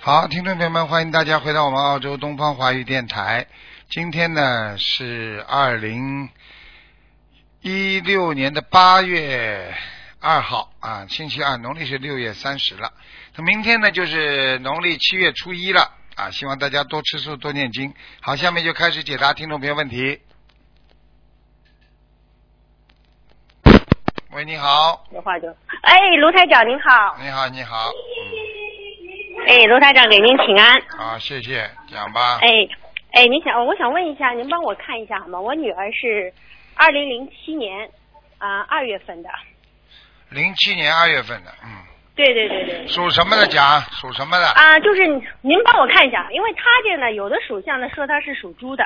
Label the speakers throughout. Speaker 1: 好，听众朋友们，欢迎大家回到我们澳洲东方华语电台。今天呢是二零一六年的八月二号啊，星期二，农历是六月三十了。那明天呢就是农历七月初一了啊，希望大家多吃素，多念经。好，下面就开始解答听众朋友问题。喂，你好，
Speaker 2: 有话就哎，卢台长您好，
Speaker 1: 你好，你好，嗯
Speaker 2: 哎，卢台长给您请安，
Speaker 1: 好，谢谢，讲吧。
Speaker 2: 哎哎，您想我想问一下，您帮我看一下好吗？我女儿是二零零七年啊二、月份的，
Speaker 1: 零七年二月份的，嗯。
Speaker 2: 对对对对，
Speaker 1: 属什么的讲？属什么的？
Speaker 2: 啊、就是你您帮我看一下，因为她这呢有的属相呢说她是属猪的，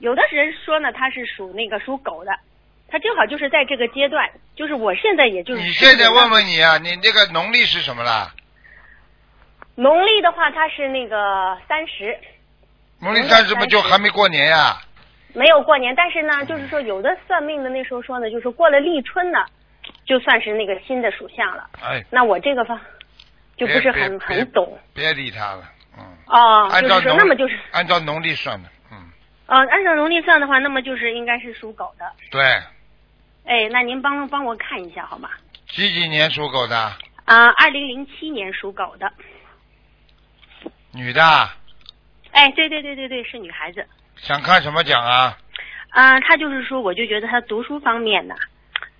Speaker 2: 有的人说呢她是属那个属狗的，她正好就是在这个阶段，就是我现在也就是
Speaker 1: 你现在问问你啊，你这个农历是什么啦？
Speaker 2: 农历的话，她是那个三十。
Speaker 1: 农历三十不就还没过年呀、
Speaker 2: 没有过年，但是
Speaker 1: 嗯
Speaker 2: 呢，就是说有的算命的那时候说呢，就是过了立春呢，就算是那个新的属相了。
Speaker 1: 哎，
Speaker 2: 那我这个方就不是很
Speaker 1: 别别
Speaker 2: 很懂
Speaker 1: 别理他了，嗯。
Speaker 2: 哦，
Speaker 1: 哎按
Speaker 2: 就
Speaker 1: 照
Speaker 2: 是说
Speaker 1: 农
Speaker 2: 那么就是
Speaker 1: 按照农历算的，嗯，
Speaker 2: 呃，按照农历算的话，那么就是应该是属狗的。
Speaker 1: 对，
Speaker 2: 哎，那您帮帮我看一下好吗？
Speaker 1: 几几年属狗的？
Speaker 2: 啊、2二零零七年属狗的。
Speaker 1: 女的，啊
Speaker 2: 哎，对对对对对，是女孩子。
Speaker 1: 想看什么奖啊？
Speaker 2: 啊、她就是说，我就觉得她读书方面呢，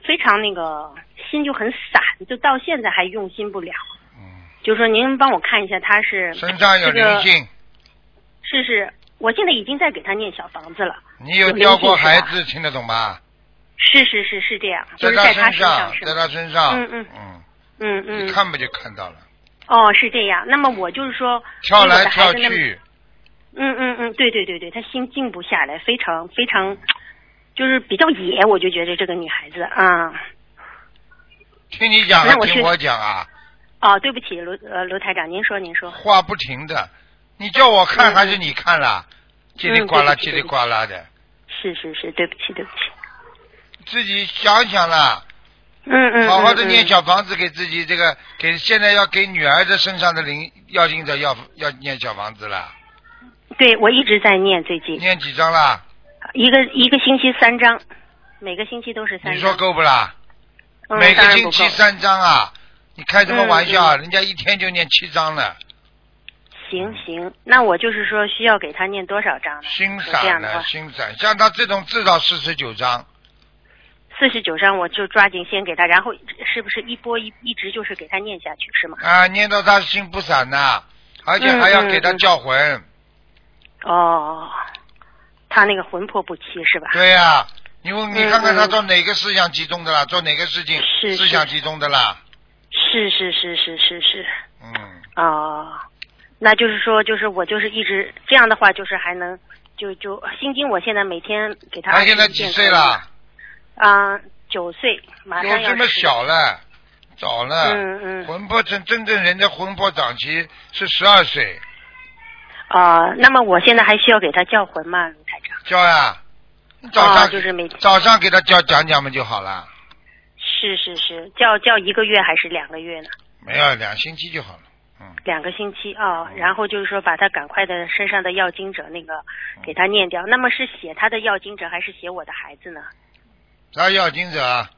Speaker 2: 非常那个心就很散，就到现在还用心不了。
Speaker 1: 嗯，
Speaker 2: 就说您帮我看一下，她是
Speaker 1: 身上有
Speaker 2: 这个
Speaker 1: 灵性，
Speaker 2: 是是，我现在已经在给他念小房子了。
Speaker 1: 你有
Speaker 2: 有灵
Speaker 1: 教过
Speaker 2: 性是吧
Speaker 1: 孩子，听得懂吧？
Speaker 2: 是是是是这样，就
Speaker 1: 在
Speaker 2: 是在他
Speaker 1: 身
Speaker 2: 身上是
Speaker 1: 在
Speaker 2: 吗？
Speaker 1: 他身上，
Speaker 2: 嗯嗯嗯
Speaker 1: 嗯，你
Speaker 2: 嗯，
Speaker 1: 看不就看到了？
Speaker 2: 哦，是这样。那么我就是说，
Speaker 1: 跳
Speaker 2: 因为我
Speaker 1: 来
Speaker 2: 的孩
Speaker 1: 跳
Speaker 2: 子那么，
Speaker 1: 去，
Speaker 2: 嗯嗯嗯，对对对对，他心静不下来，非常非常，就是比较野，我就觉得这个女孩子啊、
Speaker 1: 听你讲还
Speaker 2: 那我
Speaker 1: 听
Speaker 2: 是
Speaker 1: 我讲啊？
Speaker 2: 哦，对不起，卢呃卢台长，您说您说，
Speaker 1: 话不停的，你叫我看
Speaker 2: 嗯
Speaker 1: 还是你看啦？叽里呱啦，
Speaker 2: 对不起
Speaker 1: 叽里呱啦的，
Speaker 2: 是是是，对不起对不起，
Speaker 1: 自己想想啦，
Speaker 2: 嗯嗯，
Speaker 1: 好好
Speaker 2: 嗯
Speaker 1: 的念，小房子给自己这个给现在要给女儿的身上的灵要经者要要念小房子啦，
Speaker 2: 嗯对我一直在念，最近
Speaker 1: 念几张啦？
Speaker 2: 一个一个星期三章，每个星期都是三
Speaker 1: 你说
Speaker 2: 章，
Speaker 1: 够不啦？
Speaker 2: 嗯
Speaker 1: 每个
Speaker 2: 当然
Speaker 1: 星
Speaker 2: 不
Speaker 1: 期
Speaker 2: 够
Speaker 1: 三张啊？你开什么
Speaker 2: 嗯
Speaker 1: 玩笑啊？
Speaker 2: 嗯
Speaker 1: 人家一天就念七张了，
Speaker 2: 行行，那我就是说需要给他念多少章呢？
Speaker 1: 心
Speaker 2: 有这
Speaker 1: 散
Speaker 2: 样的
Speaker 1: 了，
Speaker 2: 话，
Speaker 1: 心散。像他这种至少四十九张，
Speaker 2: 四十九章我就抓紧先给他，然后是不是一波一一直就是给他念下去是吗？
Speaker 1: 啊，念到他心不散呐，而且还要
Speaker 2: 嗯嗯
Speaker 1: 给他
Speaker 2: 嗯
Speaker 1: 叫魂。
Speaker 2: 哦，他那个魂魄不齐是吧？
Speaker 1: 对呀、你问你
Speaker 2: 嗯
Speaker 1: 看看他
Speaker 2: 嗯
Speaker 1: 做哪个思想集中的啦，做哪个事情
Speaker 2: 是
Speaker 1: 思想集中的啦，
Speaker 2: 是是是是是是，
Speaker 1: 嗯，
Speaker 2: 哦，那就是说就是我就是一直这样的话，就是还能就就心经，我现在每天给他。
Speaker 1: 他现在几岁了？？
Speaker 2: 啊、九岁，马上
Speaker 1: 有
Speaker 2: 要
Speaker 1: 这么
Speaker 2: 十
Speaker 1: 小了，早了，
Speaker 2: 嗯嗯
Speaker 1: 魂魄真真正人的魂魄长期是十二岁，
Speaker 2: 啊、那么我现在还需要给他叫魂吗，卢台长？
Speaker 1: 叫呀、你早上、
Speaker 2: 啊就是每天
Speaker 1: 早上给他叫讲讲嘛就好了，
Speaker 2: 是是是，叫叫一个月还是两个月呢？
Speaker 1: 没有两星期就好了，嗯，
Speaker 2: 两个星期啊、哦然后就是说把他赶快的身上的要经者那个
Speaker 1: 哦
Speaker 2: 给他念掉。那么是写他的要经者还是写我的孩子呢？
Speaker 1: 他要经者啊，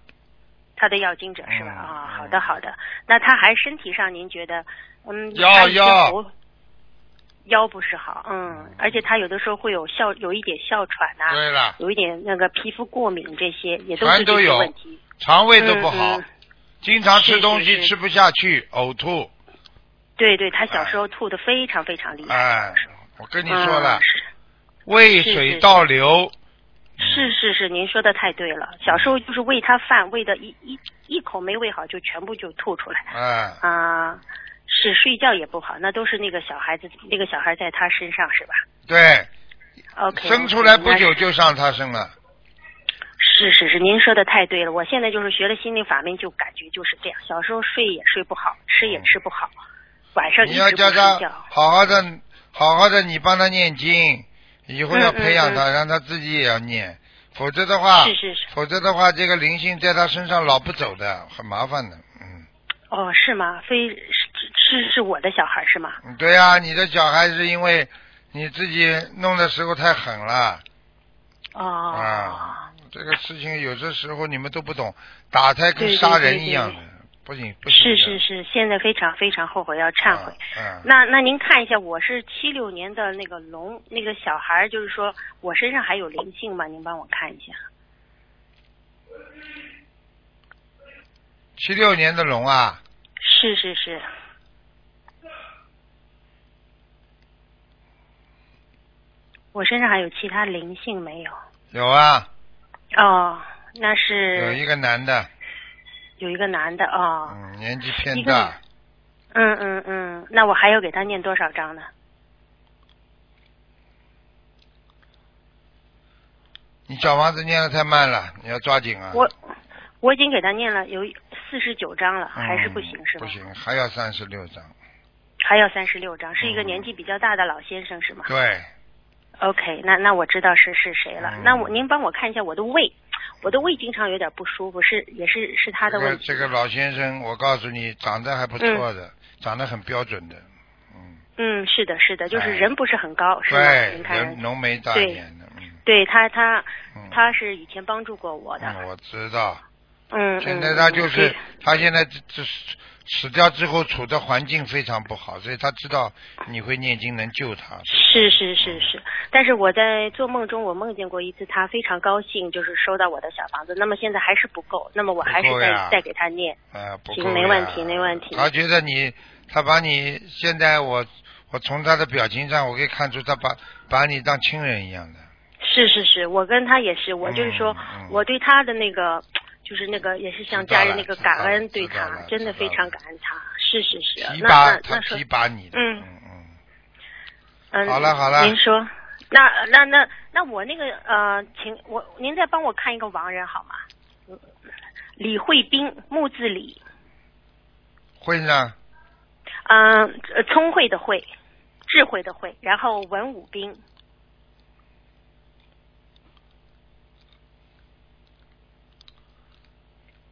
Speaker 2: 他的要经者是吧？
Speaker 1: 嗯
Speaker 2: 啊、
Speaker 1: 嗯
Speaker 2: 好的好的。那他还身体上您觉得，嗯，
Speaker 1: 腰
Speaker 2: 他以前
Speaker 1: 腰
Speaker 2: 头腰不是好，嗯，而且他有的时候会有哮，有一点哮喘呐、
Speaker 1: 对了，
Speaker 2: 有一点那个皮肤过敏这些也都
Speaker 1: 全
Speaker 2: 是
Speaker 1: 都
Speaker 2: 这些
Speaker 1: 有
Speaker 2: 问题。
Speaker 1: 肠胃都不好，
Speaker 2: 嗯嗯
Speaker 1: 经常吃
Speaker 2: 是
Speaker 1: 东
Speaker 2: 是
Speaker 1: 西
Speaker 2: 是
Speaker 1: 吃不下去，呕吐，
Speaker 2: 对对，他小时候吐的非常非常厉害。
Speaker 1: 哎，我哎跟你说了
Speaker 2: 嗯、。是
Speaker 1: 胃
Speaker 2: 是
Speaker 1: 水
Speaker 2: 是
Speaker 1: 倒流，
Speaker 2: 是是是，您说的太对了。小时候就是喂他饭，喂的一一一口没喂好，就全部就吐出来。
Speaker 1: 哎，
Speaker 2: 啊、是睡觉也不好，那都是那个小孩子，那个小孩在他身上是吧
Speaker 1: 对，
Speaker 2: ？OK，
Speaker 1: 生出来不
Speaker 2: 那
Speaker 1: 久就上他身了，
Speaker 2: 是是是，您说的太对了。我现在就是学了心灵法门，就感觉就是这样。小时候睡也睡不好，吃也吃不好，晚上一
Speaker 1: 你
Speaker 2: 直
Speaker 1: 要
Speaker 2: 不
Speaker 1: 叫
Speaker 2: 睡
Speaker 1: 他
Speaker 2: 觉。
Speaker 1: 好好的，好好的，你帮他念经，以后要
Speaker 2: 嗯嗯
Speaker 1: 培养他，让他自己也要念，否则的话，
Speaker 2: 是是是，
Speaker 1: 否则的话，这个灵性在他身上老不走的，很麻烦的，嗯，
Speaker 2: 哦，是吗？非是是是我的小孩是吗？
Speaker 1: 嗯对呀、你的小孩是因为你自己弄的时候太狠了
Speaker 2: 哦，
Speaker 1: 啊，这个事情有的时候你们都不懂，打胎跟
Speaker 2: 对
Speaker 1: 杀
Speaker 2: 对
Speaker 1: 人
Speaker 2: 对
Speaker 1: 一
Speaker 2: 对
Speaker 1: 样的，不行不行
Speaker 2: 是
Speaker 1: 的，
Speaker 2: 是是，现在非常非常后悔，要忏悔。
Speaker 1: 啊，嗯，
Speaker 2: 那那您看一下，我是七六年的那个龙，那个小孩儿，就是说我身上还有灵性吗？您帮我看一下。
Speaker 1: 七六年的龙啊，
Speaker 2: 是是是，我身上还有其他灵性没有？
Speaker 1: 有啊，
Speaker 2: 哦，那
Speaker 1: 有
Speaker 2: 是
Speaker 1: 一个男的，
Speaker 2: 有一个男的哦，
Speaker 1: 嗯，年纪偏
Speaker 2: 一个
Speaker 1: 大，
Speaker 2: 嗯嗯嗯，那我还要给他念多少章呢？
Speaker 1: 你小房子念的太慢了，你要抓紧啊，
Speaker 2: 我我已经给他念了有四十九章了，还是不行
Speaker 1: 嗯
Speaker 2: 是啊
Speaker 1: 不？
Speaker 2: 吗
Speaker 1: 行，还要三十六张，
Speaker 2: 还要三十六章，是一个
Speaker 1: 嗯
Speaker 2: 年纪比较大的老先生是吗？
Speaker 1: 对，
Speaker 2: OK，那那我知道是是谁了。
Speaker 1: 嗯
Speaker 2: 那我您帮我看一下我的胃，我的胃经常有点不舒服，是也是是他的
Speaker 1: 这
Speaker 2: 问
Speaker 1: 个
Speaker 2: 题。
Speaker 1: 这个老先生，我告诉你，长得还不错的，长得很标准的，嗯，
Speaker 2: 嗯，是的，是的，就是
Speaker 1: 哎
Speaker 2: 人不是很高，是吗？
Speaker 1: 对，
Speaker 2: 您看
Speaker 1: 人，浓眉大
Speaker 2: 对
Speaker 1: 眼的，嗯
Speaker 2: 对他他
Speaker 1: 嗯，
Speaker 2: 他是以前帮助过我的，
Speaker 1: 嗯，我知道，
Speaker 2: 嗯，
Speaker 1: 现
Speaker 2: 嗯
Speaker 1: 在他就
Speaker 2: 嗯
Speaker 1: 是
Speaker 2: 对
Speaker 1: 他现在这这死掉之后处的环境非常不好，所以他知道你会念经能救他。
Speaker 2: 是是是是，但是我在做梦中我梦见过一次他非常高兴，就是收到我的小房子，那么现在还是不够，那么我还是
Speaker 1: 不够呀
Speaker 2: 再再给他念，
Speaker 1: 呃，不
Speaker 2: 行
Speaker 1: 够
Speaker 2: 没
Speaker 1: 呀
Speaker 2: 问题没问题
Speaker 1: 他觉得你，他把你现在我我从他的表情上，我可以看出他把把你当亲人一样的。
Speaker 2: 是是是，我跟他也是，我就是说，
Speaker 1: 嗯嗯
Speaker 2: 我对他的那个，就是那个也是像
Speaker 1: 知道
Speaker 2: 家人
Speaker 1: 了
Speaker 2: 那个
Speaker 1: 知
Speaker 2: 感
Speaker 1: 道了
Speaker 2: 恩，对
Speaker 1: 知道
Speaker 2: 他
Speaker 1: 了
Speaker 2: 真的
Speaker 1: 知
Speaker 2: 非
Speaker 1: 道
Speaker 2: 常
Speaker 1: 了
Speaker 2: 感恩他。是是是，啊
Speaker 1: 提
Speaker 2: 那
Speaker 1: 拔
Speaker 2: 那
Speaker 1: 他
Speaker 2: 那说
Speaker 1: 提，拔你的。
Speaker 2: 嗯
Speaker 1: 嗯嗯。
Speaker 2: 嗯，
Speaker 1: 好了好了
Speaker 2: 您说，那那那那我那个呃，请我您再帮我看一个亡人好吗？李慧斌，木字李，
Speaker 1: 会呢？
Speaker 2: 嗯、呃，聪慧的慧，智慧的慧，然后文武兵，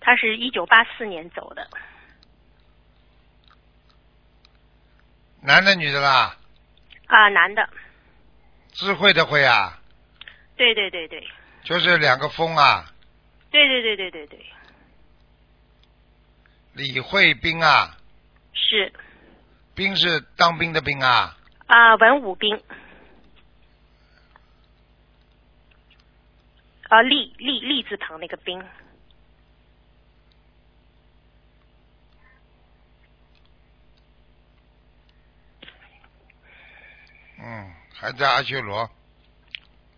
Speaker 2: 他是一九八四年走的，
Speaker 1: 男的女的啦？
Speaker 2: 啊、男的，
Speaker 1: 智慧的慧啊，
Speaker 2: 对对对对，
Speaker 1: 就是两个风啊，
Speaker 2: 对对对对对对，
Speaker 1: 李慧兵啊，
Speaker 2: 是
Speaker 1: 兵是当兵的兵啊，
Speaker 2: 啊、文武兵，啊、立立立字旁那个兵，
Speaker 1: 嗯，还在阿修罗，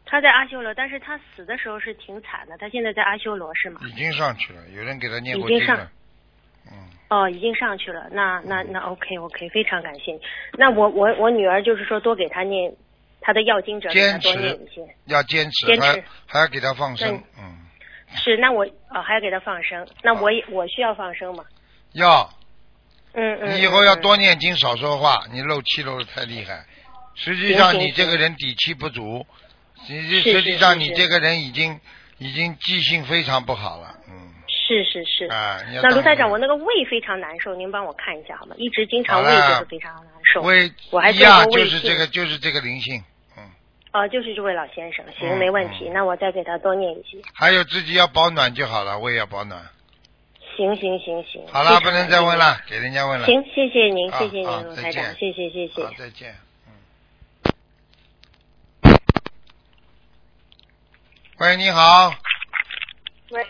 Speaker 2: 他在阿修罗，但是他死的时候是挺惨的，他现在在阿修罗是吗？
Speaker 1: 已经上去了，有人给他念
Speaker 2: 已
Speaker 1: 过
Speaker 2: 经
Speaker 1: 经
Speaker 2: 上
Speaker 1: 了，嗯，
Speaker 2: 哦，已经上去了，那那那 OK OK，非常感谢你。那我我我女儿就是说多给她念她的要经者，给她
Speaker 1: 坚
Speaker 2: 多
Speaker 1: 持
Speaker 2: 念一些。
Speaker 1: 要坚持，
Speaker 2: 坚持
Speaker 1: 还还要给他放
Speaker 2: 那
Speaker 1: 生
Speaker 2: 你，
Speaker 1: 嗯，
Speaker 2: 是，那我哦还要给她放生，那我也我需要放生吗？
Speaker 1: 要
Speaker 2: 嗯嗯。
Speaker 1: 你以后要
Speaker 2: 嗯
Speaker 1: 多念经，少说话，你漏气漏的太厉害。实际上
Speaker 2: 行
Speaker 1: 你
Speaker 2: 行
Speaker 1: 这个人底气不足，实际
Speaker 2: 是
Speaker 1: 实
Speaker 2: 是
Speaker 1: 际上
Speaker 2: 是
Speaker 1: 你
Speaker 2: 是
Speaker 1: 这个人已经已经记性非常不好了，嗯
Speaker 2: 是是是。
Speaker 1: 啊，你要
Speaker 2: 那
Speaker 1: 当
Speaker 2: 卢台长，
Speaker 1: 心
Speaker 2: 我那个胃非常难受，您帮我看一下好吗？一直经常
Speaker 1: 好啊
Speaker 2: 胃就
Speaker 1: 啦
Speaker 2: 是非常难受。
Speaker 1: 为
Speaker 2: 我还
Speaker 1: 一
Speaker 2: 对过
Speaker 1: 样
Speaker 2: 胃
Speaker 1: 就是
Speaker 2: 镜
Speaker 1: 这个就是这个灵性，嗯，
Speaker 2: 哦，就是这位老先生，行，
Speaker 1: 嗯
Speaker 2: 没问题。
Speaker 1: 嗯
Speaker 2: 那我再给他多念一些。
Speaker 1: 还有自己要保暖就好了，胃要保暖。
Speaker 2: 行行行行。
Speaker 1: 好了，
Speaker 2: 非常
Speaker 1: 不能
Speaker 2: 感
Speaker 1: 再
Speaker 2: 谢
Speaker 1: 问
Speaker 2: 您。
Speaker 1: 了，给人家问了。
Speaker 2: 行，谢谢您，
Speaker 1: 啊
Speaker 2: 谢谢
Speaker 1: 啊
Speaker 2: 您，卢
Speaker 1: 再
Speaker 2: 台长
Speaker 1: 见，
Speaker 2: 谢谢谢谢
Speaker 1: 好。，再见。嗯。喂，你好。
Speaker 3: 喂，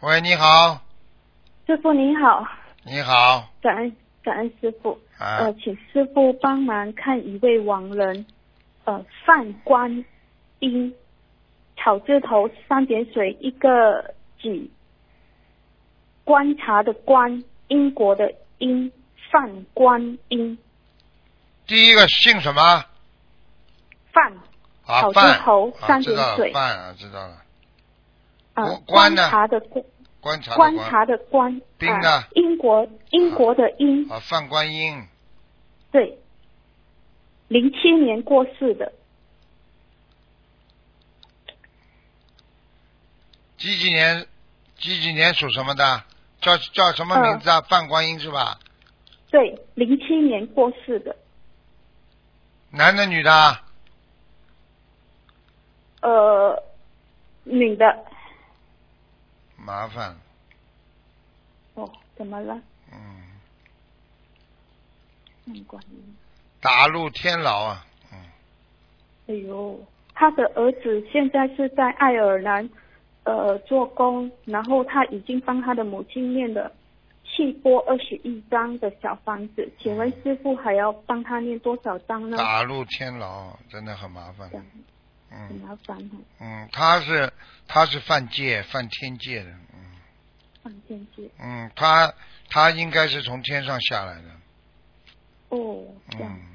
Speaker 1: 喂，你好，
Speaker 3: 师傅您好，
Speaker 1: 你好，
Speaker 3: 感恩感恩师傅，
Speaker 1: 啊，
Speaker 3: 呃，请师傅帮忙看一位亡人，呃，范观音，草字头三点水一个几，观察的观，英国的英，范观音，
Speaker 1: 第一个姓什么？
Speaker 3: 范
Speaker 1: 啊，
Speaker 3: 草字
Speaker 1: 范，
Speaker 3: 头
Speaker 1: 啊，
Speaker 3: 三
Speaker 1: 知道了，
Speaker 3: 点水
Speaker 1: 范，啊，知道了，
Speaker 3: 呃，
Speaker 1: 观
Speaker 3: 观
Speaker 1: 呢
Speaker 3: 察的观，
Speaker 1: 观察的
Speaker 3: 观
Speaker 1: 观，
Speaker 3: 察的观，
Speaker 1: 兵
Speaker 3: 啊
Speaker 1: 呢
Speaker 3: 英国英国的英，
Speaker 1: 啊，范观音，
Speaker 3: 对，零七年过世的。
Speaker 1: 几几年，几几年属什么的？叫叫什么
Speaker 3: 嗯
Speaker 1: 名字啊？范观音是吧？
Speaker 3: 对，零七年过世的，
Speaker 1: 男的女的啊？
Speaker 3: 呃，女的。
Speaker 1: 麻烦，
Speaker 3: 哦，怎么了？
Speaker 1: 嗯，
Speaker 3: 嗯，管你。
Speaker 1: 打入天牢啊，嗯，
Speaker 3: 哎呦，他的儿子现在是在爱尔兰，呃，做工，然后他已经帮他的母亲念了气波二十一章的小房子，请问师傅还要帮他念多少章呢？
Speaker 1: 打入天牢真的很麻烦
Speaker 3: 这，样很
Speaker 1: 嗯
Speaker 3: 麻烦哦，
Speaker 1: 嗯，他是他是犯戒犯天界的，嗯
Speaker 3: 放进去
Speaker 1: 嗯，他他应该是从天上下来的，
Speaker 3: 哦，这样。
Speaker 1: 嗯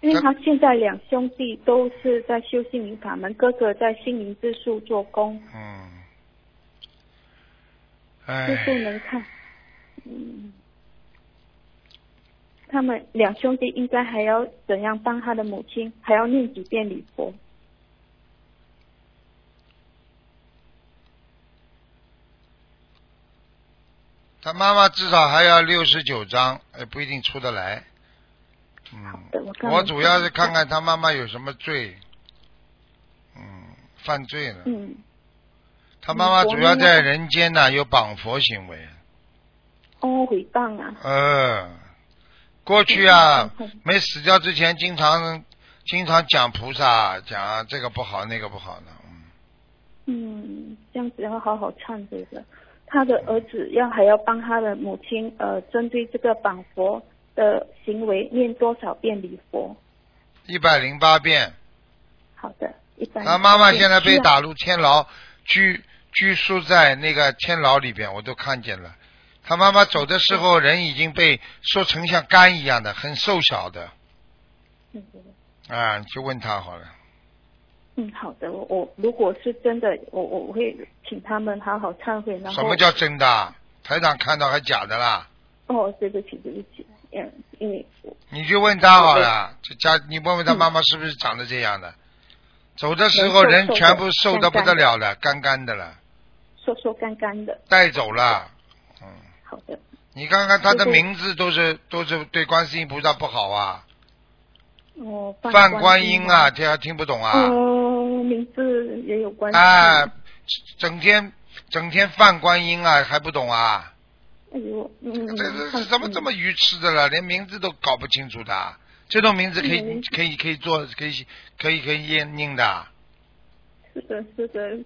Speaker 3: 因为
Speaker 1: 他
Speaker 3: 他现在两兄弟都是在修心灵法门，哥哥在心灵之树做工，
Speaker 1: 嗯，
Speaker 3: 师傅
Speaker 1: 哎，
Speaker 3: 能看，嗯，他们两兄弟应该还要怎样帮他的母亲，还要念几遍礼佛？
Speaker 1: 他妈妈至少还要六十九章，也不一定出得来，嗯，
Speaker 3: 对我刚
Speaker 1: 我主要是看看他妈妈有什么罪，嗯，犯罪了。
Speaker 3: 嗯，
Speaker 1: 他妈妈主要在人间呢、有绑佛行为。
Speaker 3: 哦，毁谤啊，
Speaker 1: 呃，过去啊
Speaker 3: 嗯嗯，
Speaker 1: 没死掉之前，经常经常讲菩萨，讲这个不好那个不好的。嗯，
Speaker 3: 嗯，这样子要好好忏悔的。他的儿子要还要帮他的母亲，呃，针对这个绑佛的行为念多少遍礼佛？
Speaker 1: 一百零八遍。
Speaker 3: 好的，一般。
Speaker 1: 他妈妈现在被
Speaker 3: 需要
Speaker 1: 打入天牢，拘拘束在那个天牢里边，我都看见了。他妈妈走的时候，人已经被说成像干一样的，很瘦小的
Speaker 3: 嗯
Speaker 1: 啊。你去问他好了。
Speaker 3: 嗯，好的，我我如果是真的，我我我会请他们好好忏悔，然
Speaker 1: 什
Speaker 3: 后
Speaker 1: 么叫真的啊？台长看到还假的啦？
Speaker 3: 哦，对不起对不起，嗯，因为我
Speaker 1: 你去问
Speaker 3: 嗯
Speaker 1: 他好了，这家你问问他妈妈是不是长得这样的？走的时候人
Speaker 3: 人瘦瘦的
Speaker 1: 全部瘦的不得了了，干干的了，
Speaker 3: 瘦瘦干干的，
Speaker 1: 带走了。嗯，
Speaker 3: 好的，
Speaker 1: 你看看他的
Speaker 3: 就是
Speaker 1: 名字都是都是对观世音菩萨不好啊，
Speaker 3: 哦，
Speaker 1: 犯观音啊，，这还听不懂啊？
Speaker 3: 哦，名字也有关系，
Speaker 1: 啊，整天整天犯观音啊，还不懂啊？
Speaker 3: 哎呦，嗯，
Speaker 1: 这这这怎么这么愚痴的了？连名字都搞不清楚的，这种名字可以
Speaker 3: 嗯
Speaker 1: 可以可以做可以可以可以念念的。啊
Speaker 3: 是的是的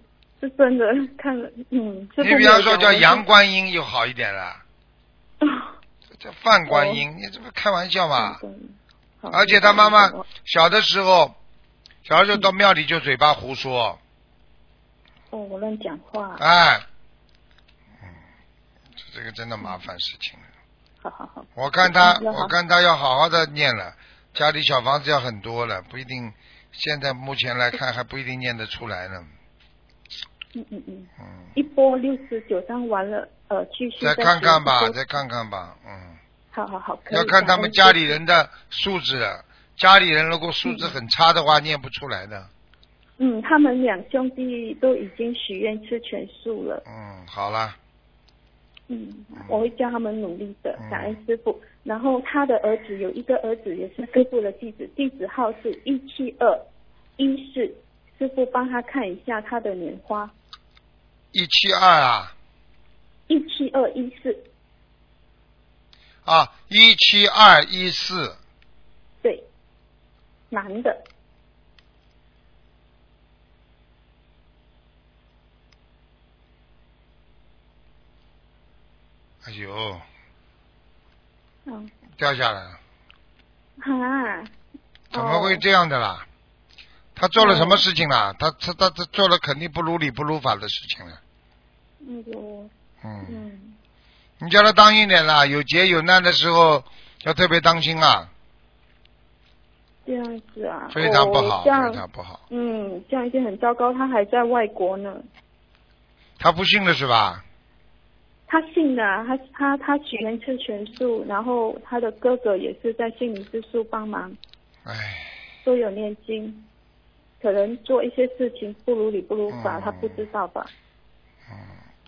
Speaker 3: 是真的看了，嗯，
Speaker 1: 你比方说叫杨观音就好一点了，这范观音，你这不开玩笑嘛？，
Speaker 3: 嗯
Speaker 1: 而且他妈妈小的时候，小的时候到庙里就嘴巴胡说，
Speaker 3: 哦，我乱讲话，
Speaker 1: 哎，嗯，这个真的麻烦事情了。
Speaker 3: 好好好，
Speaker 1: 我看他，
Speaker 3: 嗯那好
Speaker 1: 我看他要好好的念了，家里小房子要很多了，不一定，现在目前来看还不一定念得出来呢。
Speaker 3: 嗯嗯嗯，
Speaker 1: 嗯，
Speaker 3: 一波六十九张完了，呃，继续
Speaker 1: 再看看吧，
Speaker 3: 修
Speaker 1: 再看看吧，嗯。
Speaker 3: 好好好，可以嗯
Speaker 1: 要看他们家里。
Speaker 3: 感恩师
Speaker 1: 人的素质了。家里人如果素
Speaker 3: 嗯
Speaker 1: 质很差的话，念不出来的。
Speaker 3: 父嗯，他们两兄弟都已经许愿吃全素了。
Speaker 1: 嗯，好了，
Speaker 3: 嗯，
Speaker 1: 哎
Speaker 3: 我会叫他们努力的
Speaker 1: 嗯，
Speaker 3: 感恩师傅。然后他的儿子有一个儿子也是师傅的弟子，地址号是一七二一四，师傅帮他看一下他的莲花
Speaker 1: 一七二啊
Speaker 3: 一七二一四，
Speaker 1: 啊，一七二一四，
Speaker 3: 对，男的，
Speaker 1: 哎呦，
Speaker 3: 嗯，
Speaker 1: 掉下来了，
Speaker 3: 啊，哦
Speaker 1: 怎么会这样的啦？他做了什么事情啦？他他他他做了肯定不如理不如法的事情了。
Speaker 3: 那个，
Speaker 1: 嗯，
Speaker 3: 嗯，
Speaker 1: 你叫他当心点啦，有劫有难的时候要特别当心啊，
Speaker 3: 这样子啊，
Speaker 1: 非常不好，
Speaker 3: 哦
Speaker 1: 非
Speaker 3: 这样，
Speaker 1: 常不好。
Speaker 3: 嗯，这样已经很糟糕，他还在外国呢。
Speaker 1: 他不信了是吧？
Speaker 3: 他信的啊、他他他许愿吃全素，然后他的哥哥也是在心理之术帮忙，
Speaker 1: 哎，
Speaker 3: 都有念经，可能做一些事情不如理不如法，
Speaker 1: 嗯
Speaker 3: 他不知道吧？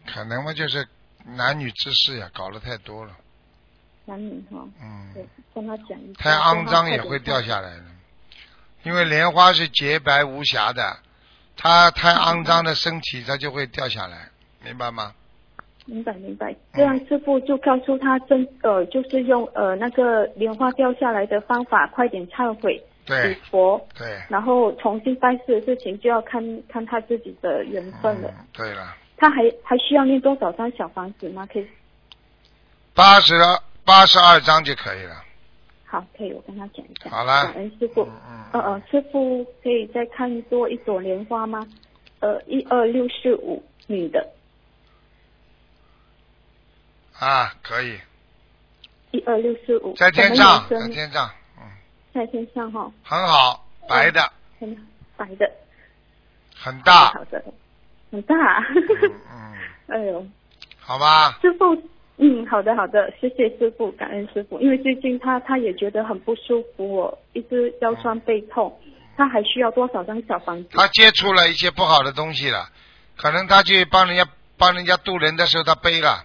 Speaker 1: 可能嘛就是男女之事呀，搞了太多了。
Speaker 3: 男女哈，
Speaker 1: 嗯，
Speaker 3: 哦对，跟他讲一下。
Speaker 1: 太肮脏也会掉下来的，因为莲花是洁白无瑕的，它太肮脏的身体它就会掉下来，明白吗？
Speaker 3: 明白明白，
Speaker 1: 嗯
Speaker 3: 这样师傅就告诉他真呃，就是用呃那个莲花掉下来的方法，快点忏悔礼
Speaker 1: 对
Speaker 3: 佛，
Speaker 1: 对，
Speaker 3: 然后重新办事的事情就要看看他自己的缘分了。
Speaker 1: 嗯，对了，
Speaker 3: 他还还需要念多少张小房子吗？可以，
Speaker 1: 八十八十二章就可以了，
Speaker 3: 好，可以，我跟他讲一下。
Speaker 1: 好啦
Speaker 3: 感恩师傅。
Speaker 1: 嗯嗯，
Speaker 3: 呃呃，师傅可以再看多一朵莲花吗？呃，一二六四五，女的，哦
Speaker 1: 啊，可以，
Speaker 3: 一二六四五，
Speaker 1: 在天上，
Speaker 3: 我
Speaker 1: 在
Speaker 3: 们有生
Speaker 1: 天上，嗯，
Speaker 3: 在天上哈、
Speaker 1: 很好，白的，
Speaker 3: 很白的，
Speaker 1: 很大，
Speaker 3: 好的，很大、
Speaker 1: 嗯嗯，
Speaker 3: 哎呦，
Speaker 1: 好吧，
Speaker 3: 师傅，嗯，好的好的，谢谢师傅，感恩师傅。因为最近他他也觉得很不舒服，我一直腰
Speaker 1: 嗯
Speaker 3: 酸背痛，他还需要多少张小房子？
Speaker 1: 他接触了一些不好的东西了，可能他去帮人家帮人家渡人的时候他背了，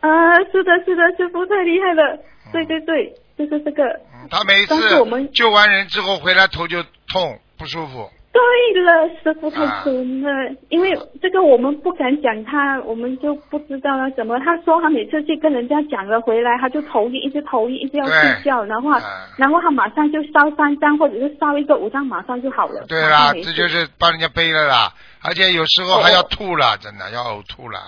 Speaker 3: 啊，是的是的，师傅太厉害了，
Speaker 1: 哦
Speaker 3: 对对对，就是这个。
Speaker 1: 嗯他每一
Speaker 3: 但是我
Speaker 1: 次
Speaker 3: 们
Speaker 1: 救完人之后回来头就痛不舒服，
Speaker 3: 对了，师傅太准了，
Speaker 1: 啊
Speaker 3: 因为这个我们不敢讲他，我们就不知道要怎么。他说他每次去跟人家讲了回来，他就头晕，一直头晕，一直要睡觉，然后他、
Speaker 1: 嗯
Speaker 3: 然后他马上就烧三张或者是烧一个五张，马上就好了。
Speaker 1: 对啦，
Speaker 3: 马上没事
Speaker 1: 这就是帮人家背了啦，而且有时候还要吐了，真的要呕吐了，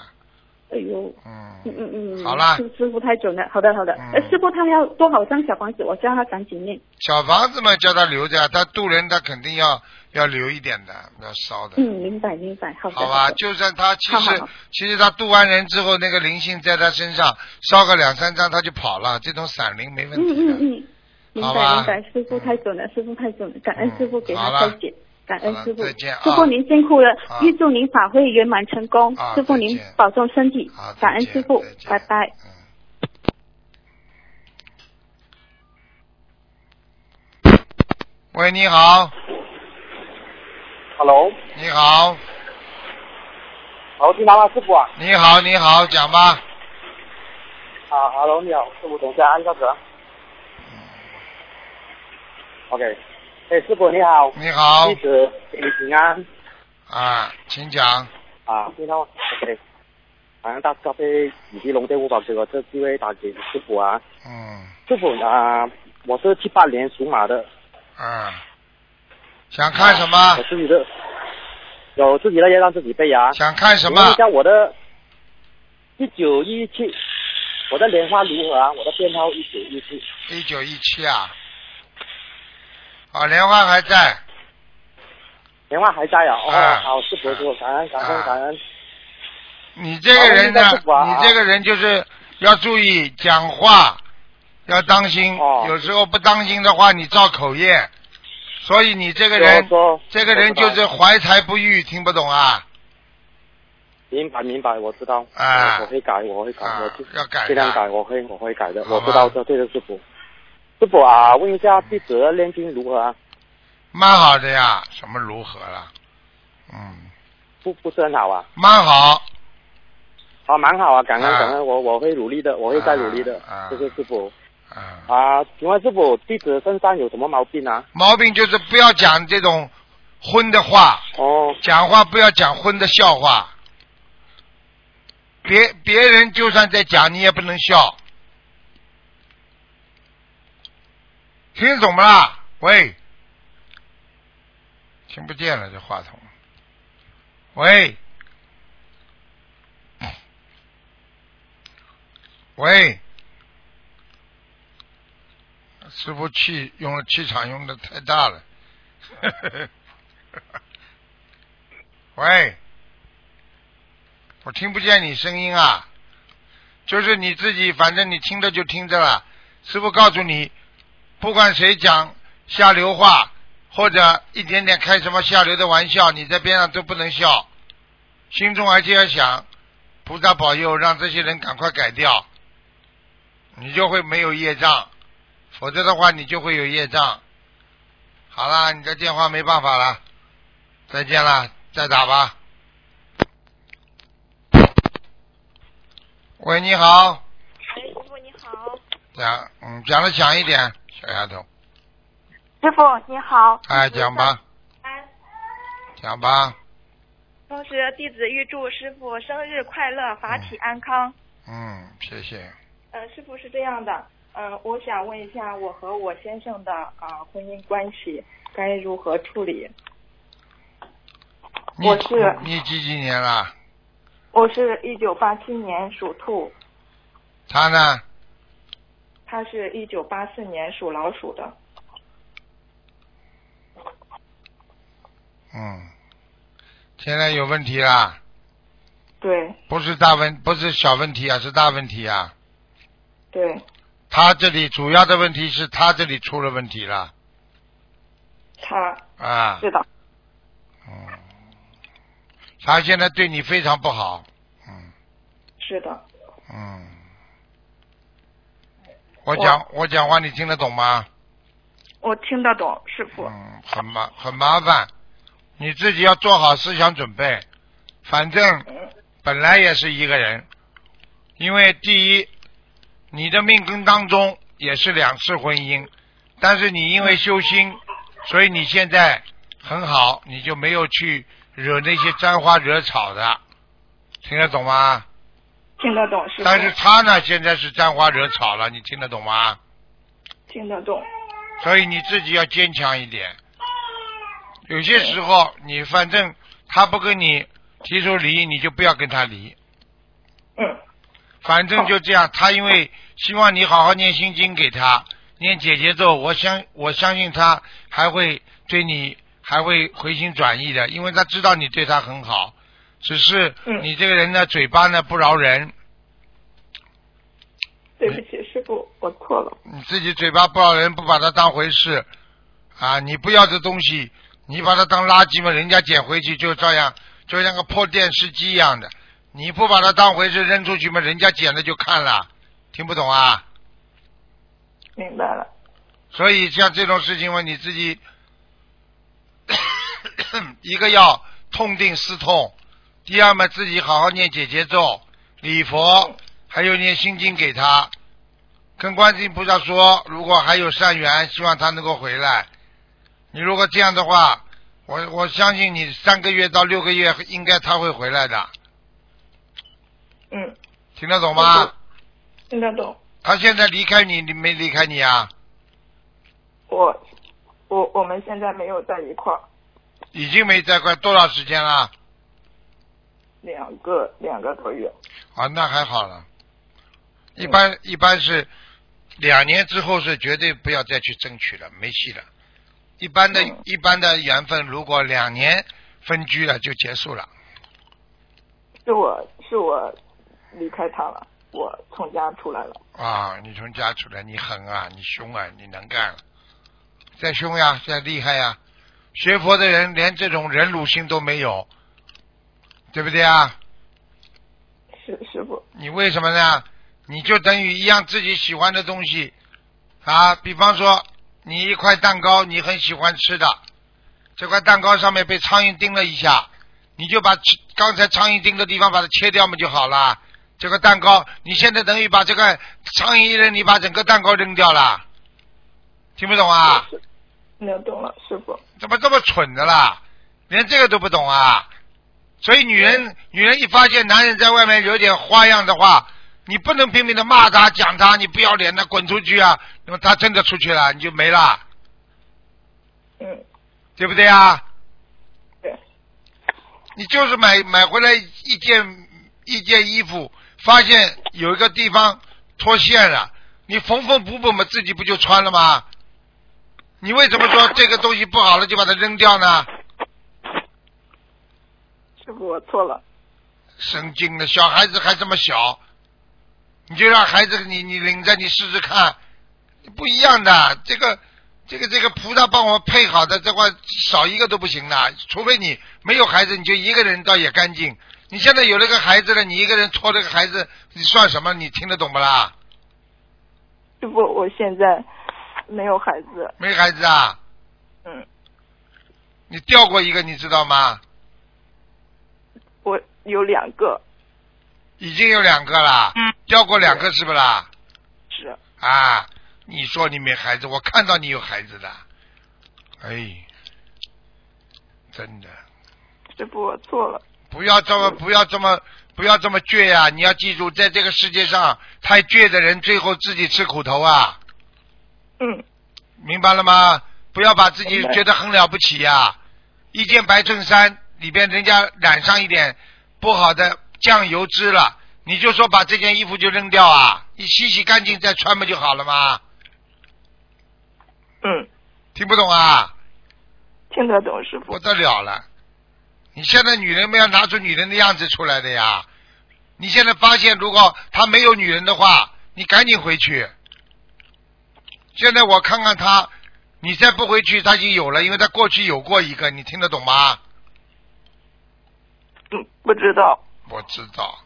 Speaker 3: 哎呦，嗯
Speaker 1: 嗯，
Speaker 3: 嗯嗯，
Speaker 1: 好啦
Speaker 3: 师师傅太准了，好的好的。
Speaker 1: 嗯
Speaker 3: 呃，师傅他要多少张小房子？我叫他赶紧念。
Speaker 1: 小房子嘛叫他留着，他渡人他肯定要要留一点的，要烧的，
Speaker 3: 嗯，明白明白，好的。
Speaker 1: 好啊吧，
Speaker 3: 的
Speaker 1: 就算他其实
Speaker 3: 好好好
Speaker 1: 其实他渡完人之后，那个灵性在他身上烧个两三张他就跑了，这种散灵没问
Speaker 3: 嗯
Speaker 1: 题的。
Speaker 3: 嗯嗯，明
Speaker 1: 好
Speaker 3: 白
Speaker 1: 吧嗯
Speaker 3: 明白，师傅太准了，师傅太准了，感恩师傅给
Speaker 1: 好
Speaker 3: 他
Speaker 1: 了
Speaker 3: 开解，感恩
Speaker 1: 好了
Speaker 3: 师傅，
Speaker 1: 再见啊
Speaker 3: 师傅您辛苦了
Speaker 1: 啊，
Speaker 3: 预祝您法会圆满成功
Speaker 1: 啊，
Speaker 3: 师傅
Speaker 1: 再
Speaker 3: 您
Speaker 1: 见
Speaker 3: 保重身体
Speaker 1: 好，，
Speaker 3: 感
Speaker 1: 再
Speaker 3: 恩
Speaker 1: 见
Speaker 3: 师傅
Speaker 1: 再，见
Speaker 3: 拜拜。
Speaker 1: 嗯。喂，你好，
Speaker 4: Hello，
Speaker 1: 你好，
Speaker 4: 好，金妈妈师傅啊，
Speaker 1: 你好，你好，讲吧。
Speaker 4: 啊，Hello，你好，师傅，等一下，按一下子啊。OK，哎，师傅你好，
Speaker 1: 你好
Speaker 4: 弟，子给你平安
Speaker 1: 啊，请讲。
Speaker 4: 啊，你好，OK，好像大咖啡以及龙队五宝给我这机会打给师傅啊，
Speaker 1: 嗯，
Speaker 4: 师傅啊，我是七八年属马的，
Speaker 1: 啊，想看什么
Speaker 4: 我？自己嗯的有自己的要让自己背啊，
Speaker 1: 想看什
Speaker 4: 问一
Speaker 1: 么？
Speaker 4: 下我的一九一七，我的莲花如何啊？我的编号一九一七。
Speaker 1: 一九一七啊。啊，莲花还在。
Speaker 4: 电话还在啊？哦，
Speaker 1: 啊
Speaker 4: 好，师傅，师傅，感恩，感恩，
Speaker 1: 啊
Speaker 4: 感恩。
Speaker 1: 你这个人呢，
Speaker 4: 好那你再不管啊
Speaker 1: 你这个人就是要注意讲话，要当心。
Speaker 4: 哦
Speaker 1: 有时候不当心的话，你造口业。所以你这个人，
Speaker 4: 说
Speaker 1: 这个人就是怀才不遇，听不懂啊？
Speaker 4: 明白，明白，我知道。
Speaker 1: 啊
Speaker 4: 我我会改，我会改，
Speaker 1: 啊
Speaker 4: 我尽
Speaker 1: 要改的
Speaker 4: 尽量改，我会，我会改的。
Speaker 1: 好
Speaker 4: 我
Speaker 1: 吧
Speaker 4: 知道的，对的，师傅。师傅啊，问一下弟子的炼金如何啊？
Speaker 1: 蛮好的呀，什么如何了？嗯，
Speaker 4: 不不是很好啊？
Speaker 1: 蛮好。
Speaker 4: 好，蛮好啊，感恩
Speaker 1: 啊
Speaker 4: 感恩，我我会努力的，我会再努力的
Speaker 1: 啊啊，
Speaker 4: 谢谢师傅。
Speaker 1: 啊、
Speaker 4: 啊，请问师傅，弟子身上有什么毛病啊？
Speaker 1: 毛病就是不要讲这种荤的话，
Speaker 4: 哦，
Speaker 1: 讲话不要讲荤的笑话。别别人就算在讲，你也不能笑。听懂不啦？喂，听不见了，这话筒。喂，喂，师傅气用了气场用的太大了。 喂，我听不见你声音啊，就是你自己，反正你听着就听着了。师傅告诉你，不管谁讲下流话或者一点点开什么下流的玩笑，你在边上都不能笑，心中而且要想，菩萨保佑，让这些人赶快改掉，你就会没有业障，否则的话你就会有业障。好啦，你这电话没办法了。再见啦，再打吧。喂，你好，
Speaker 5: 哎，师傅你好，
Speaker 1: 讲，嗯，讲的响一点，小丫头，
Speaker 5: 师傅你好，
Speaker 1: 哎，讲吧，讲吧，
Speaker 5: 哎同时弟子预祝师傅生日快乐，法体安康。
Speaker 1: 嗯，谢谢，
Speaker 5: 呃，师傅是这样的，嗯、我想问一下我和我先生的啊、婚姻关系该如何处理？
Speaker 1: 你
Speaker 5: 我是
Speaker 1: 你几几年了？
Speaker 5: 我是一九八七年属兔，
Speaker 1: 他呢？
Speaker 5: 他是一九八四年属老鼠的。
Speaker 1: 嗯，现在有问题啦，
Speaker 5: 对
Speaker 1: 不是大问，不是小问题啊，是大问题啊。
Speaker 5: 对，
Speaker 1: 他这里主要的问题是他这里出了问题了
Speaker 5: 他
Speaker 1: 啊，
Speaker 5: 是的，
Speaker 1: 嗯，他现在对你非常不好，嗯
Speaker 5: 是的，
Speaker 1: 嗯，我讲我讲话你听得懂吗？
Speaker 5: 我听得懂，师傅。
Speaker 1: 嗯，很麻很麻烦，你自己要做好思想准备。反正
Speaker 5: 嗯
Speaker 1: 本来也是一个人，因为第一，你的命根当中也是两次婚姻，但是你因为修心，所以你现在很好，你就没有去惹那些沾花惹草的，听得懂吗？
Speaker 5: 听得懂，师傅。
Speaker 1: 但是他呢，现在是沾花惹草了，你听得懂吗？
Speaker 5: 听得懂，
Speaker 1: 所以你自己要坚强一点。有些时候，你反正他不跟你提出离，你就不要跟他离。
Speaker 5: 嗯，
Speaker 1: 反正就这样，他因为希望你好好念心经给他，念姐姐咒，我相我相信他还会对你还会回心转意的，因为他知道你对他很好，只是
Speaker 5: 嗯
Speaker 1: 你这个人呢，嘴巴呢不饶人，
Speaker 5: 对不起，师傅，我错了。
Speaker 1: 你自己嘴巴不饶人，不把它当回事啊！你不要这东西，你把它当垃圾嘛，人家捡回去就照样，就像个破电视机一样的，你不把它当回事扔出去嘛，人家捡了就看了，听不懂啊？
Speaker 5: 明白了，
Speaker 1: 所以像这种事情嘛，你自己 一个要痛定思痛，第二嘛自己好好念姐姐咒、礼佛，还有念心经给他，跟观世音菩萨说，如果还有善缘，希望他能够回来。你如果这样的话，我我相信你三个月到六个月应该他会回来的，
Speaker 5: 嗯，
Speaker 1: 听得懂吗？
Speaker 5: 听得懂。
Speaker 1: 他现在离开你，你没离开你啊？
Speaker 5: 我，我我们现在没有在一块儿，
Speaker 1: 已经没在快多少时间了？
Speaker 5: 两个两个多月。
Speaker 1: 啊，那还好了。一般、一般是两年之后是绝对不要再去争取了，没戏了。一般的、
Speaker 5: 嗯
Speaker 1: 一般的缘分，如果两年分居了就结束了。
Speaker 5: 是我是我离开他了，我从家出来了。
Speaker 1: 啊，你从家出来，你狠啊，你凶啊，你能干了，再凶呀，再厉害呀！学佛的人连这种忍辱心都没有，对不对啊？
Speaker 5: 是师傅，
Speaker 1: 你为什么呢？你就等于一样自己喜欢的东西啊，比方说你一块蛋糕，你很喜欢吃的，这块蛋糕上面被苍蝇叮了一下，你就把吃刚才苍蝇叮的地方把它切掉嘛就好了。这个蛋糕，你现在等于把这个苍蝇一扔，你把整个蛋糕扔掉了，听不懂啊？
Speaker 5: 是能懂了，师傅。
Speaker 1: 怎么这么蠢的啦？连这个都不懂啊！所以女人，女人一发现男人在外面有点花样的话，你不能拼命的骂他、讲他，你不要脸的滚出去啊！那么他真的出去了，你就没了，
Speaker 5: 嗯，
Speaker 1: 对不对啊？
Speaker 5: 对，
Speaker 1: 你就是买买回来一件一件衣服，发现有一个地方脱线了，你缝缝补补嘛，自己不就穿了吗？你为什么说这个东西不好了就把它扔掉呢？
Speaker 5: 师傅我错了。
Speaker 1: 神经的，小孩子还这么小，你就让孩子你你领着你试试看，不一样的。这个这个这个菩萨帮我们配好的，这块少一个都不行的，除非你没有孩子，你就一个人倒也干净。你现在有了个孩子了，你一个人拖着个孩子，你算什么？你听得懂不啦？
Speaker 5: 师傅，我现在没有孩子，
Speaker 1: 没孩子啊？
Speaker 5: 嗯，
Speaker 1: 你掉过一个，你知道吗？
Speaker 5: 我有两个
Speaker 1: 已经有两个啦，掉过两个是不啦？
Speaker 5: 是，
Speaker 1: 啊！你说你没孩子，我看到你有孩子的，哎，真的，
Speaker 5: 师傅，我错了。
Speaker 1: 不要这么不要这么不要这么倔呀、你要记住，在这个世界上，太倔的人最后自己吃苦头啊！
Speaker 5: 嗯，
Speaker 1: 明白了吗？不要把自己
Speaker 4: 明白
Speaker 1: 觉得很了不起呀、一件白衬衫里边人家染上一点不好的酱油汁了，你就说把这件衣服就扔掉啊？你洗洗干净再穿不就好了吗？
Speaker 5: 嗯，
Speaker 1: 听不懂啊？
Speaker 5: 听得懂师
Speaker 1: 不
Speaker 5: 傅。
Speaker 1: 得了了！你现在女人们要拿出女人的样子出来的呀！你现在发现，如果她没有女人的话，你赶紧回去。现在我看看她，你再不回去，她就有了，因为她过去有过一个，你听得懂吗？
Speaker 5: 嗯，不知道。
Speaker 1: 我知道。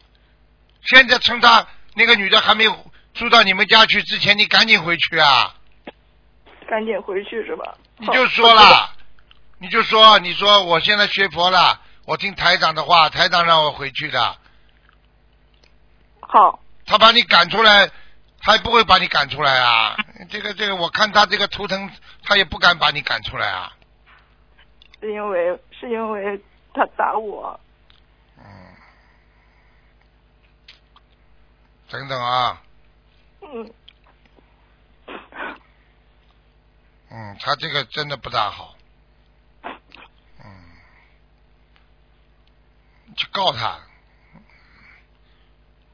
Speaker 1: 现在趁她那个女的还没住到你们家去之前，你赶紧回去啊！
Speaker 5: 赶紧回去是吧？
Speaker 1: 你就说了，你就说，你说我现在学佛了，我听台长的话，台长让我回去的。
Speaker 5: 好，
Speaker 1: 他把你赶出来，他不会把你赶出来啊。这个这个，我看他这个图腾，他也不敢把你赶出来啊。
Speaker 5: 是因为是因为他打我。
Speaker 1: 嗯，等等啊，
Speaker 5: 嗯，
Speaker 1: 嗯，他这个真的不大好。嗯，去告他。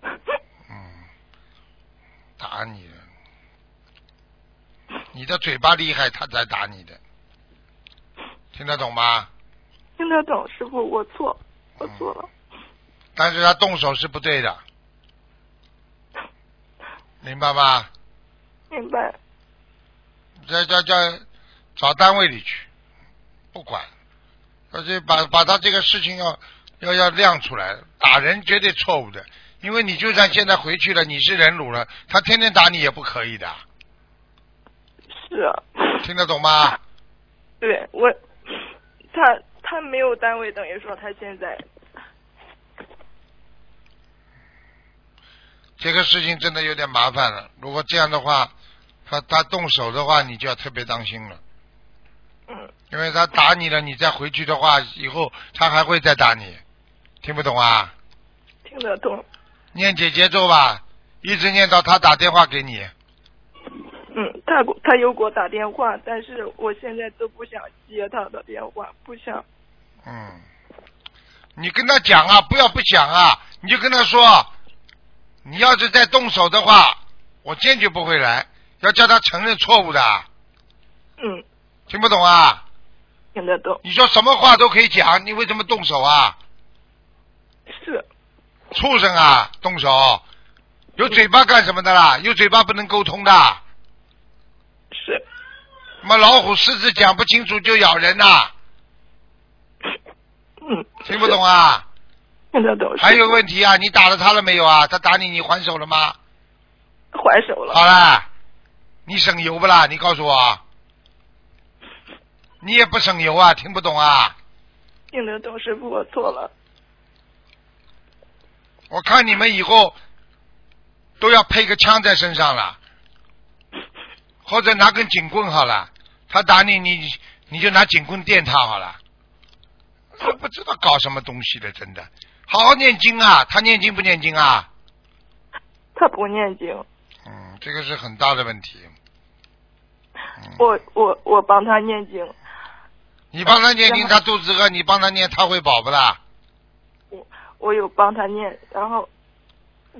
Speaker 1: 嗯，打你了。你的嘴巴厉害，他才打你的，听得懂吗？
Speaker 5: 听得懂师傅，我
Speaker 1: 哦
Speaker 5: 错，我错了。
Speaker 1: 但是他动手是不对的，明白吧？
Speaker 5: 明白。
Speaker 1: 这这这，找单位里去，不管，而且把把他这个事情要要要亮出来，打人绝对错误的，因为你就算现在回去了，你是忍辱了，他天天打你也不可以的，
Speaker 5: 是啊，
Speaker 1: 听得懂吗？
Speaker 5: 对我，他他没有单位，等于说他现在
Speaker 1: 这个事情真的有点麻烦了，如果这样的话，他他动手的话，你就要特别当心了，
Speaker 5: 嗯，
Speaker 1: 因为他打你了，你再回去的话，以后他还会再打你，听不懂啊？
Speaker 5: 听得懂。
Speaker 1: 念姐姐咒吧，一直念到他打电话给你。
Speaker 5: 嗯，他给我他又给我打电话，但是我现在都不想接他的电话，不想。
Speaker 1: 嗯，你跟他讲啊，不要不讲啊，你就跟他说，你要是再动手的话，我坚决不会来，要叫他承认错误的，
Speaker 5: 嗯，
Speaker 1: 听不懂啊？
Speaker 5: 听得懂。
Speaker 1: 你说什么话都可以讲，你为什么动手啊？
Speaker 5: 是，
Speaker 1: 畜生啊，动手，有嘴巴干什么的啦？有嘴巴不能沟通的，
Speaker 5: 是，
Speaker 1: 什么老虎、狮子讲不清楚就咬人呐、
Speaker 5: 嗯，
Speaker 1: 听不懂啊？
Speaker 5: 听得懂。
Speaker 1: 还有
Speaker 5: 位
Speaker 1: 问题啊，你打了他了没有啊？他打你，你还手了吗？
Speaker 5: 还手了。
Speaker 1: 好啦，你省油不啦？你告诉我，你也不省油啊，听不懂啊？
Speaker 5: 听得懂，师傅，我错了。
Speaker 1: 我看你们以后都要配个枪在身上了，或者拿根警棍好了。他打你，你你就拿警棍电他好了。我不知道搞什么东西的，真的。好好念经啊！他念经不念经啊？
Speaker 5: 他不念经，
Speaker 1: 嗯，这个是很大的问题。嗯
Speaker 5: 我我我帮他念经，
Speaker 1: 你帮他念经，
Speaker 5: 然后
Speaker 1: 他肚子饿；你帮他念，他会饱不啦？
Speaker 5: 我有帮他念，然后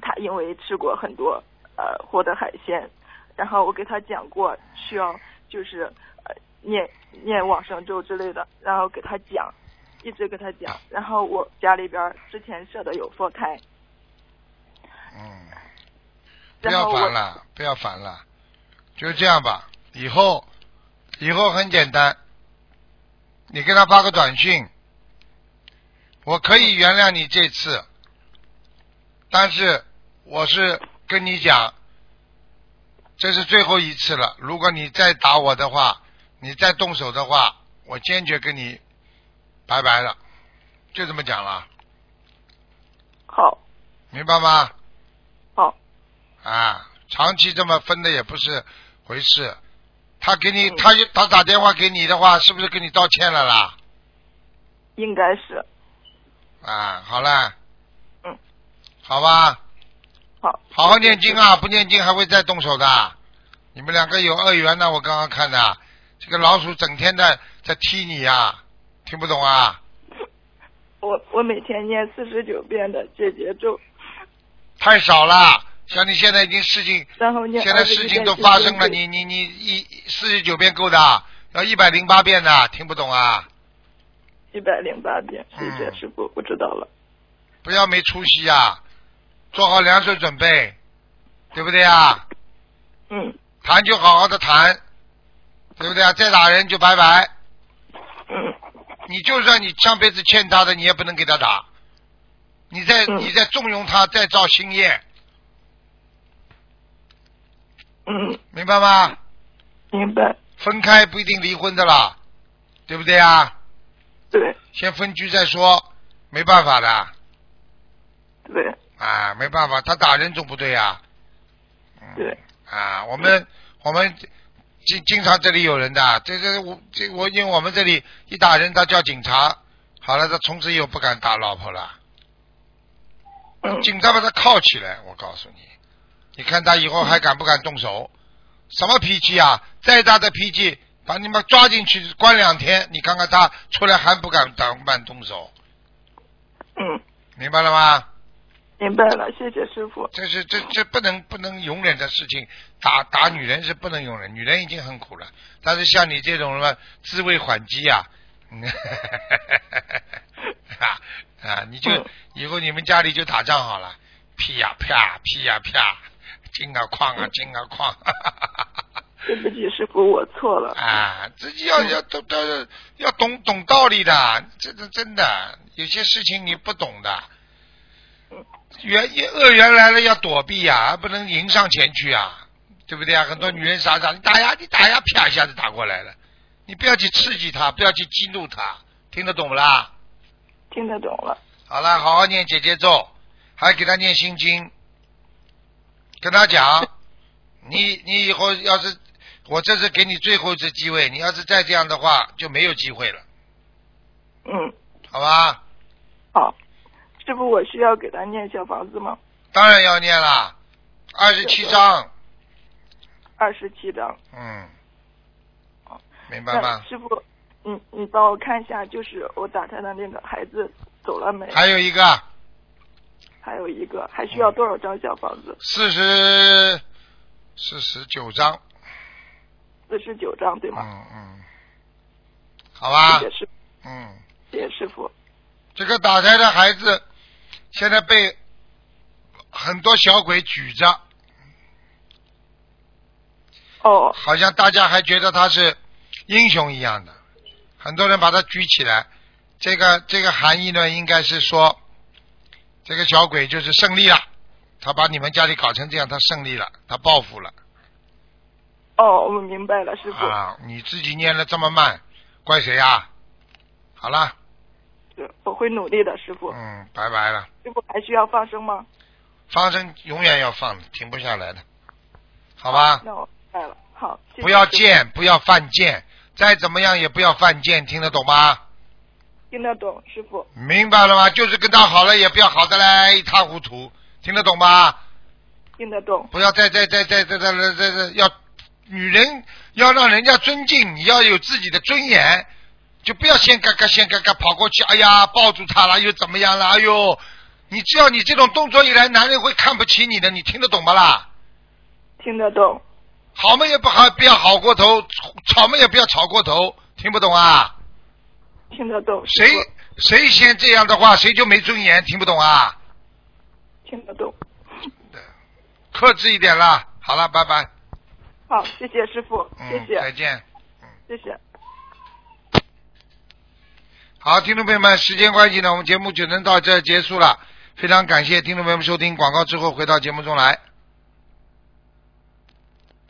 Speaker 5: 他因为吃过很多呃活的海鲜，然后我给他讲过需要就是呃念念往生咒之类的，然后给他讲，一直给他讲，然后我家里边儿之前设的有佛台，
Speaker 1: 嗯，不
Speaker 5: 然
Speaker 1: 要
Speaker 5: 后
Speaker 1: 烦
Speaker 5: 我
Speaker 1: 了，不要烦了，就这样吧。以后，以后很简单，你给他发个短信，我可以原谅你这次，但是我是跟你讲，这是最后一次了。如果你再打我的话，你再动手的话，我坚决跟你拜拜了，就这么讲了，
Speaker 5: 好
Speaker 1: 明白吗？
Speaker 5: 好
Speaker 1: 啊，长期这么分的也不是回事。他给
Speaker 5: 嗯
Speaker 1: 你，他他打电话给你的话，是不是跟你道歉了啦？
Speaker 5: 应该是
Speaker 1: 啊，好啦，
Speaker 5: 嗯，
Speaker 1: 好吧，
Speaker 5: 好。
Speaker 1: 好好念经啊，不念经还会再动手的。你们两个有恶缘呢，我刚刚看的，这个老鼠整天的在踢你啊，听不懂啊？
Speaker 5: 我我每天念四十九遍的解结咒，
Speaker 1: 太少了，像你现在已经事情，
Speaker 5: 然后念
Speaker 1: 现在
Speaker 5: 21
Speaker 1: 事情
Speaker 5: 遍
Speaker 1: 都
Speaker 5: 心
Speaker 1: 发
Speaker 5: 经
Speaker 1: 生了，
Speaker 5: 咒
Speaker 1: 你你你一四十九遍够的，啊要一百零八遍的，听不懂啊？
Speaker 5: 一百零八遍，谢谢
Speaker 1: 嗯
Speaker 5: 师傅，我知道了。
Speaker 1: 不要没出息啊，做好两手准备，对不对啊？
Speaker 5: 嗯
Speaker 1: 谈就好好的谈，对不对啊？再打人就拜拜。
Speaker 5: 嗯
Speaker 1: 你就算你上辈子欠他的，你也不能给他打。你再
Speaker 5: 嗯
Speaker 1: 你再纵容他，再造新业，
Speaker 5: 嗯，
Speaker 1: 明白吗？
Speaker 5: 明白。
Speaker 1: 分开不一定离婚的啦，对不对啊？
Speaker 5: 对
Speaker 1: 先分居再说，没办法的
Speaker 5: 对
Speaker 1: 啊，没办法，他打人总不对啊。
Speaker 5: 对，
Speaker 1: 啊，我们我们经经常这里有人的，这这我这我因为我们这里一打人，他叫警察，好了，他从此以后不敢打老婆了，
Speaker 5: 嗯
Speaker 1: 警察把他铐起来，我告诉你，你看他以后还敢不敢动手？什么脾气啊？再大的脾气，把你们抓进去关两天，你看看他出来还不敢敢不敢动手，
Speaker 5: 嗯，
Speaker 1: 明白了吗？
Speaker 5: 明白了，谢谢师傅。
Speaker 1: 这是这这不能不能容忍的事情，打打女人是不能容忍，女人已经很苦了，但是像你这种什么自卫反击啊，嗯啊啊，你就、
Speaker 5: 嗯
Speaker 1: 以后你们家里就打仗好了，劈呀啪，劈呀啪，金啊矿啊金啊矿，
Speaker 5: 对不起，师傅，我错了。嗯
Speaker 1: 啊，自己要要都都要懂懂道理的，这这真的有些事情你不懂的
Speaker 5: 嗯，
Speaker 1: 原也恶缘来了要躲避呀、不能迎上前去啊，对不对啊？很多女人傻
Speaker 5: 嗯
Speaker 1: 傻，你打呀，你打呀，啪一下子打过来了，你不要去刺激她，不要去激怒她，听得懂不啦？
Speaker 5: 听得懂了。
Speaker 1: 好了，好好念姐姐咒，还给她念心经，跟她 讲，你你以后要是我这次给你最后一次机会，你要是再这样的话，就没有机会了，
Speaker 5: 嗯，
Speaker 1: 好吧？
Speaker 5: 好。师傅，我需要给他念小房子吗？
Speaker 1: 当然要念啦，二十七章，
Speaker 5: 二十七张。
Speaker 1: 嗯
Speaker 5: 好，
Speaker 1: 明白
Speaker 5: 那
Speaker 1: 吗？
Speaker 5: 师傅，你你帮我看一下，就是我打胎的那个孩子走了没？
Speaker 1: 还有一个
Speaker 5: 还有一个，还需要多少张小房子？
Speaker 1: 四十四十九章，
Speaker 5: 四十九张，对吗？
Speaker 1: 嗯啊嗯，好吧
Speaker 5: 谢谢，师，
Speaker 1: 嗯。
Speaker 5: 谢谢师傅。
Speaker 1: 这个打胎的孩子现在被很多小鬼举着，
Speaker 5: 哦，
Speaker 1: 好像大家还觉得他是英雄一样的，很多人把他举起来。这个这个含义呢，应该是说，这个小鬼就是胜利了，他把你们家里搞成这样，他胜利了，他报复了
Speaker 5: 哦，我明白了，师傅。
Speaker 1: 啊！你自己念了这么慢，怪谁啊？好了，
Speaker 5: 是我会努力的，师傅。
Speaker 1: 嗯，拜拜了。
Speaker 5: 师傅还需要放生吗？
Speaker 1: 放生永远要放的，停不下来的，好吧？
Speaker 5: 那我明白了。好，谢谢
Speaker 1: 不要
Speaker 5: 师傅，
Speaker 1: 贱，不要犯贱，再怎么样也不要犯贱，听得懂吗？
Speaker 5: 听得懂，师傅。
Speaker 1: 明白了吗？就是跟他好了，也不要好的来一塌糊涂，听得懂吗？
Speaker 5: 听得懂，
Speaker 1: 不要再再再再再再再再再要女人要让人家尊敬，你要有自己的尊严，就不要先嘎嘎先嘎嘎跑过去，哎呀抱住他了又怎么样了？哎呦，你只要你这种动作一来，男人会看不起你的，你听得懂吗啦？
Speaker 5: 听得懂，
Speaker 1: 好嘛也不好，不要好过头，吵嘛也不要吵过头，听不懂啊？
Speaker 5: 听得懂。师
Speaker 1: 谁
Speaker 5: 傅
Speaker 1: 谁先这样的话，谁就没尊严，听不懂啊？
Speaker 5: 听得懂？
Speaker 1: 克制一点啦。好了，拜拜，
Speaker 5: 好，谢谢师傅，
Speaker 1: 嗯，
Speaker 5: 谢谢，
Speaker 1: 再见。
Speaker 5: 谢谢。
Speaker 1: 好，听众朋友们，时间关系呢，我们节目就能到这儿结束了。非常感谢听众朋友们收听广告之后回到节目中来。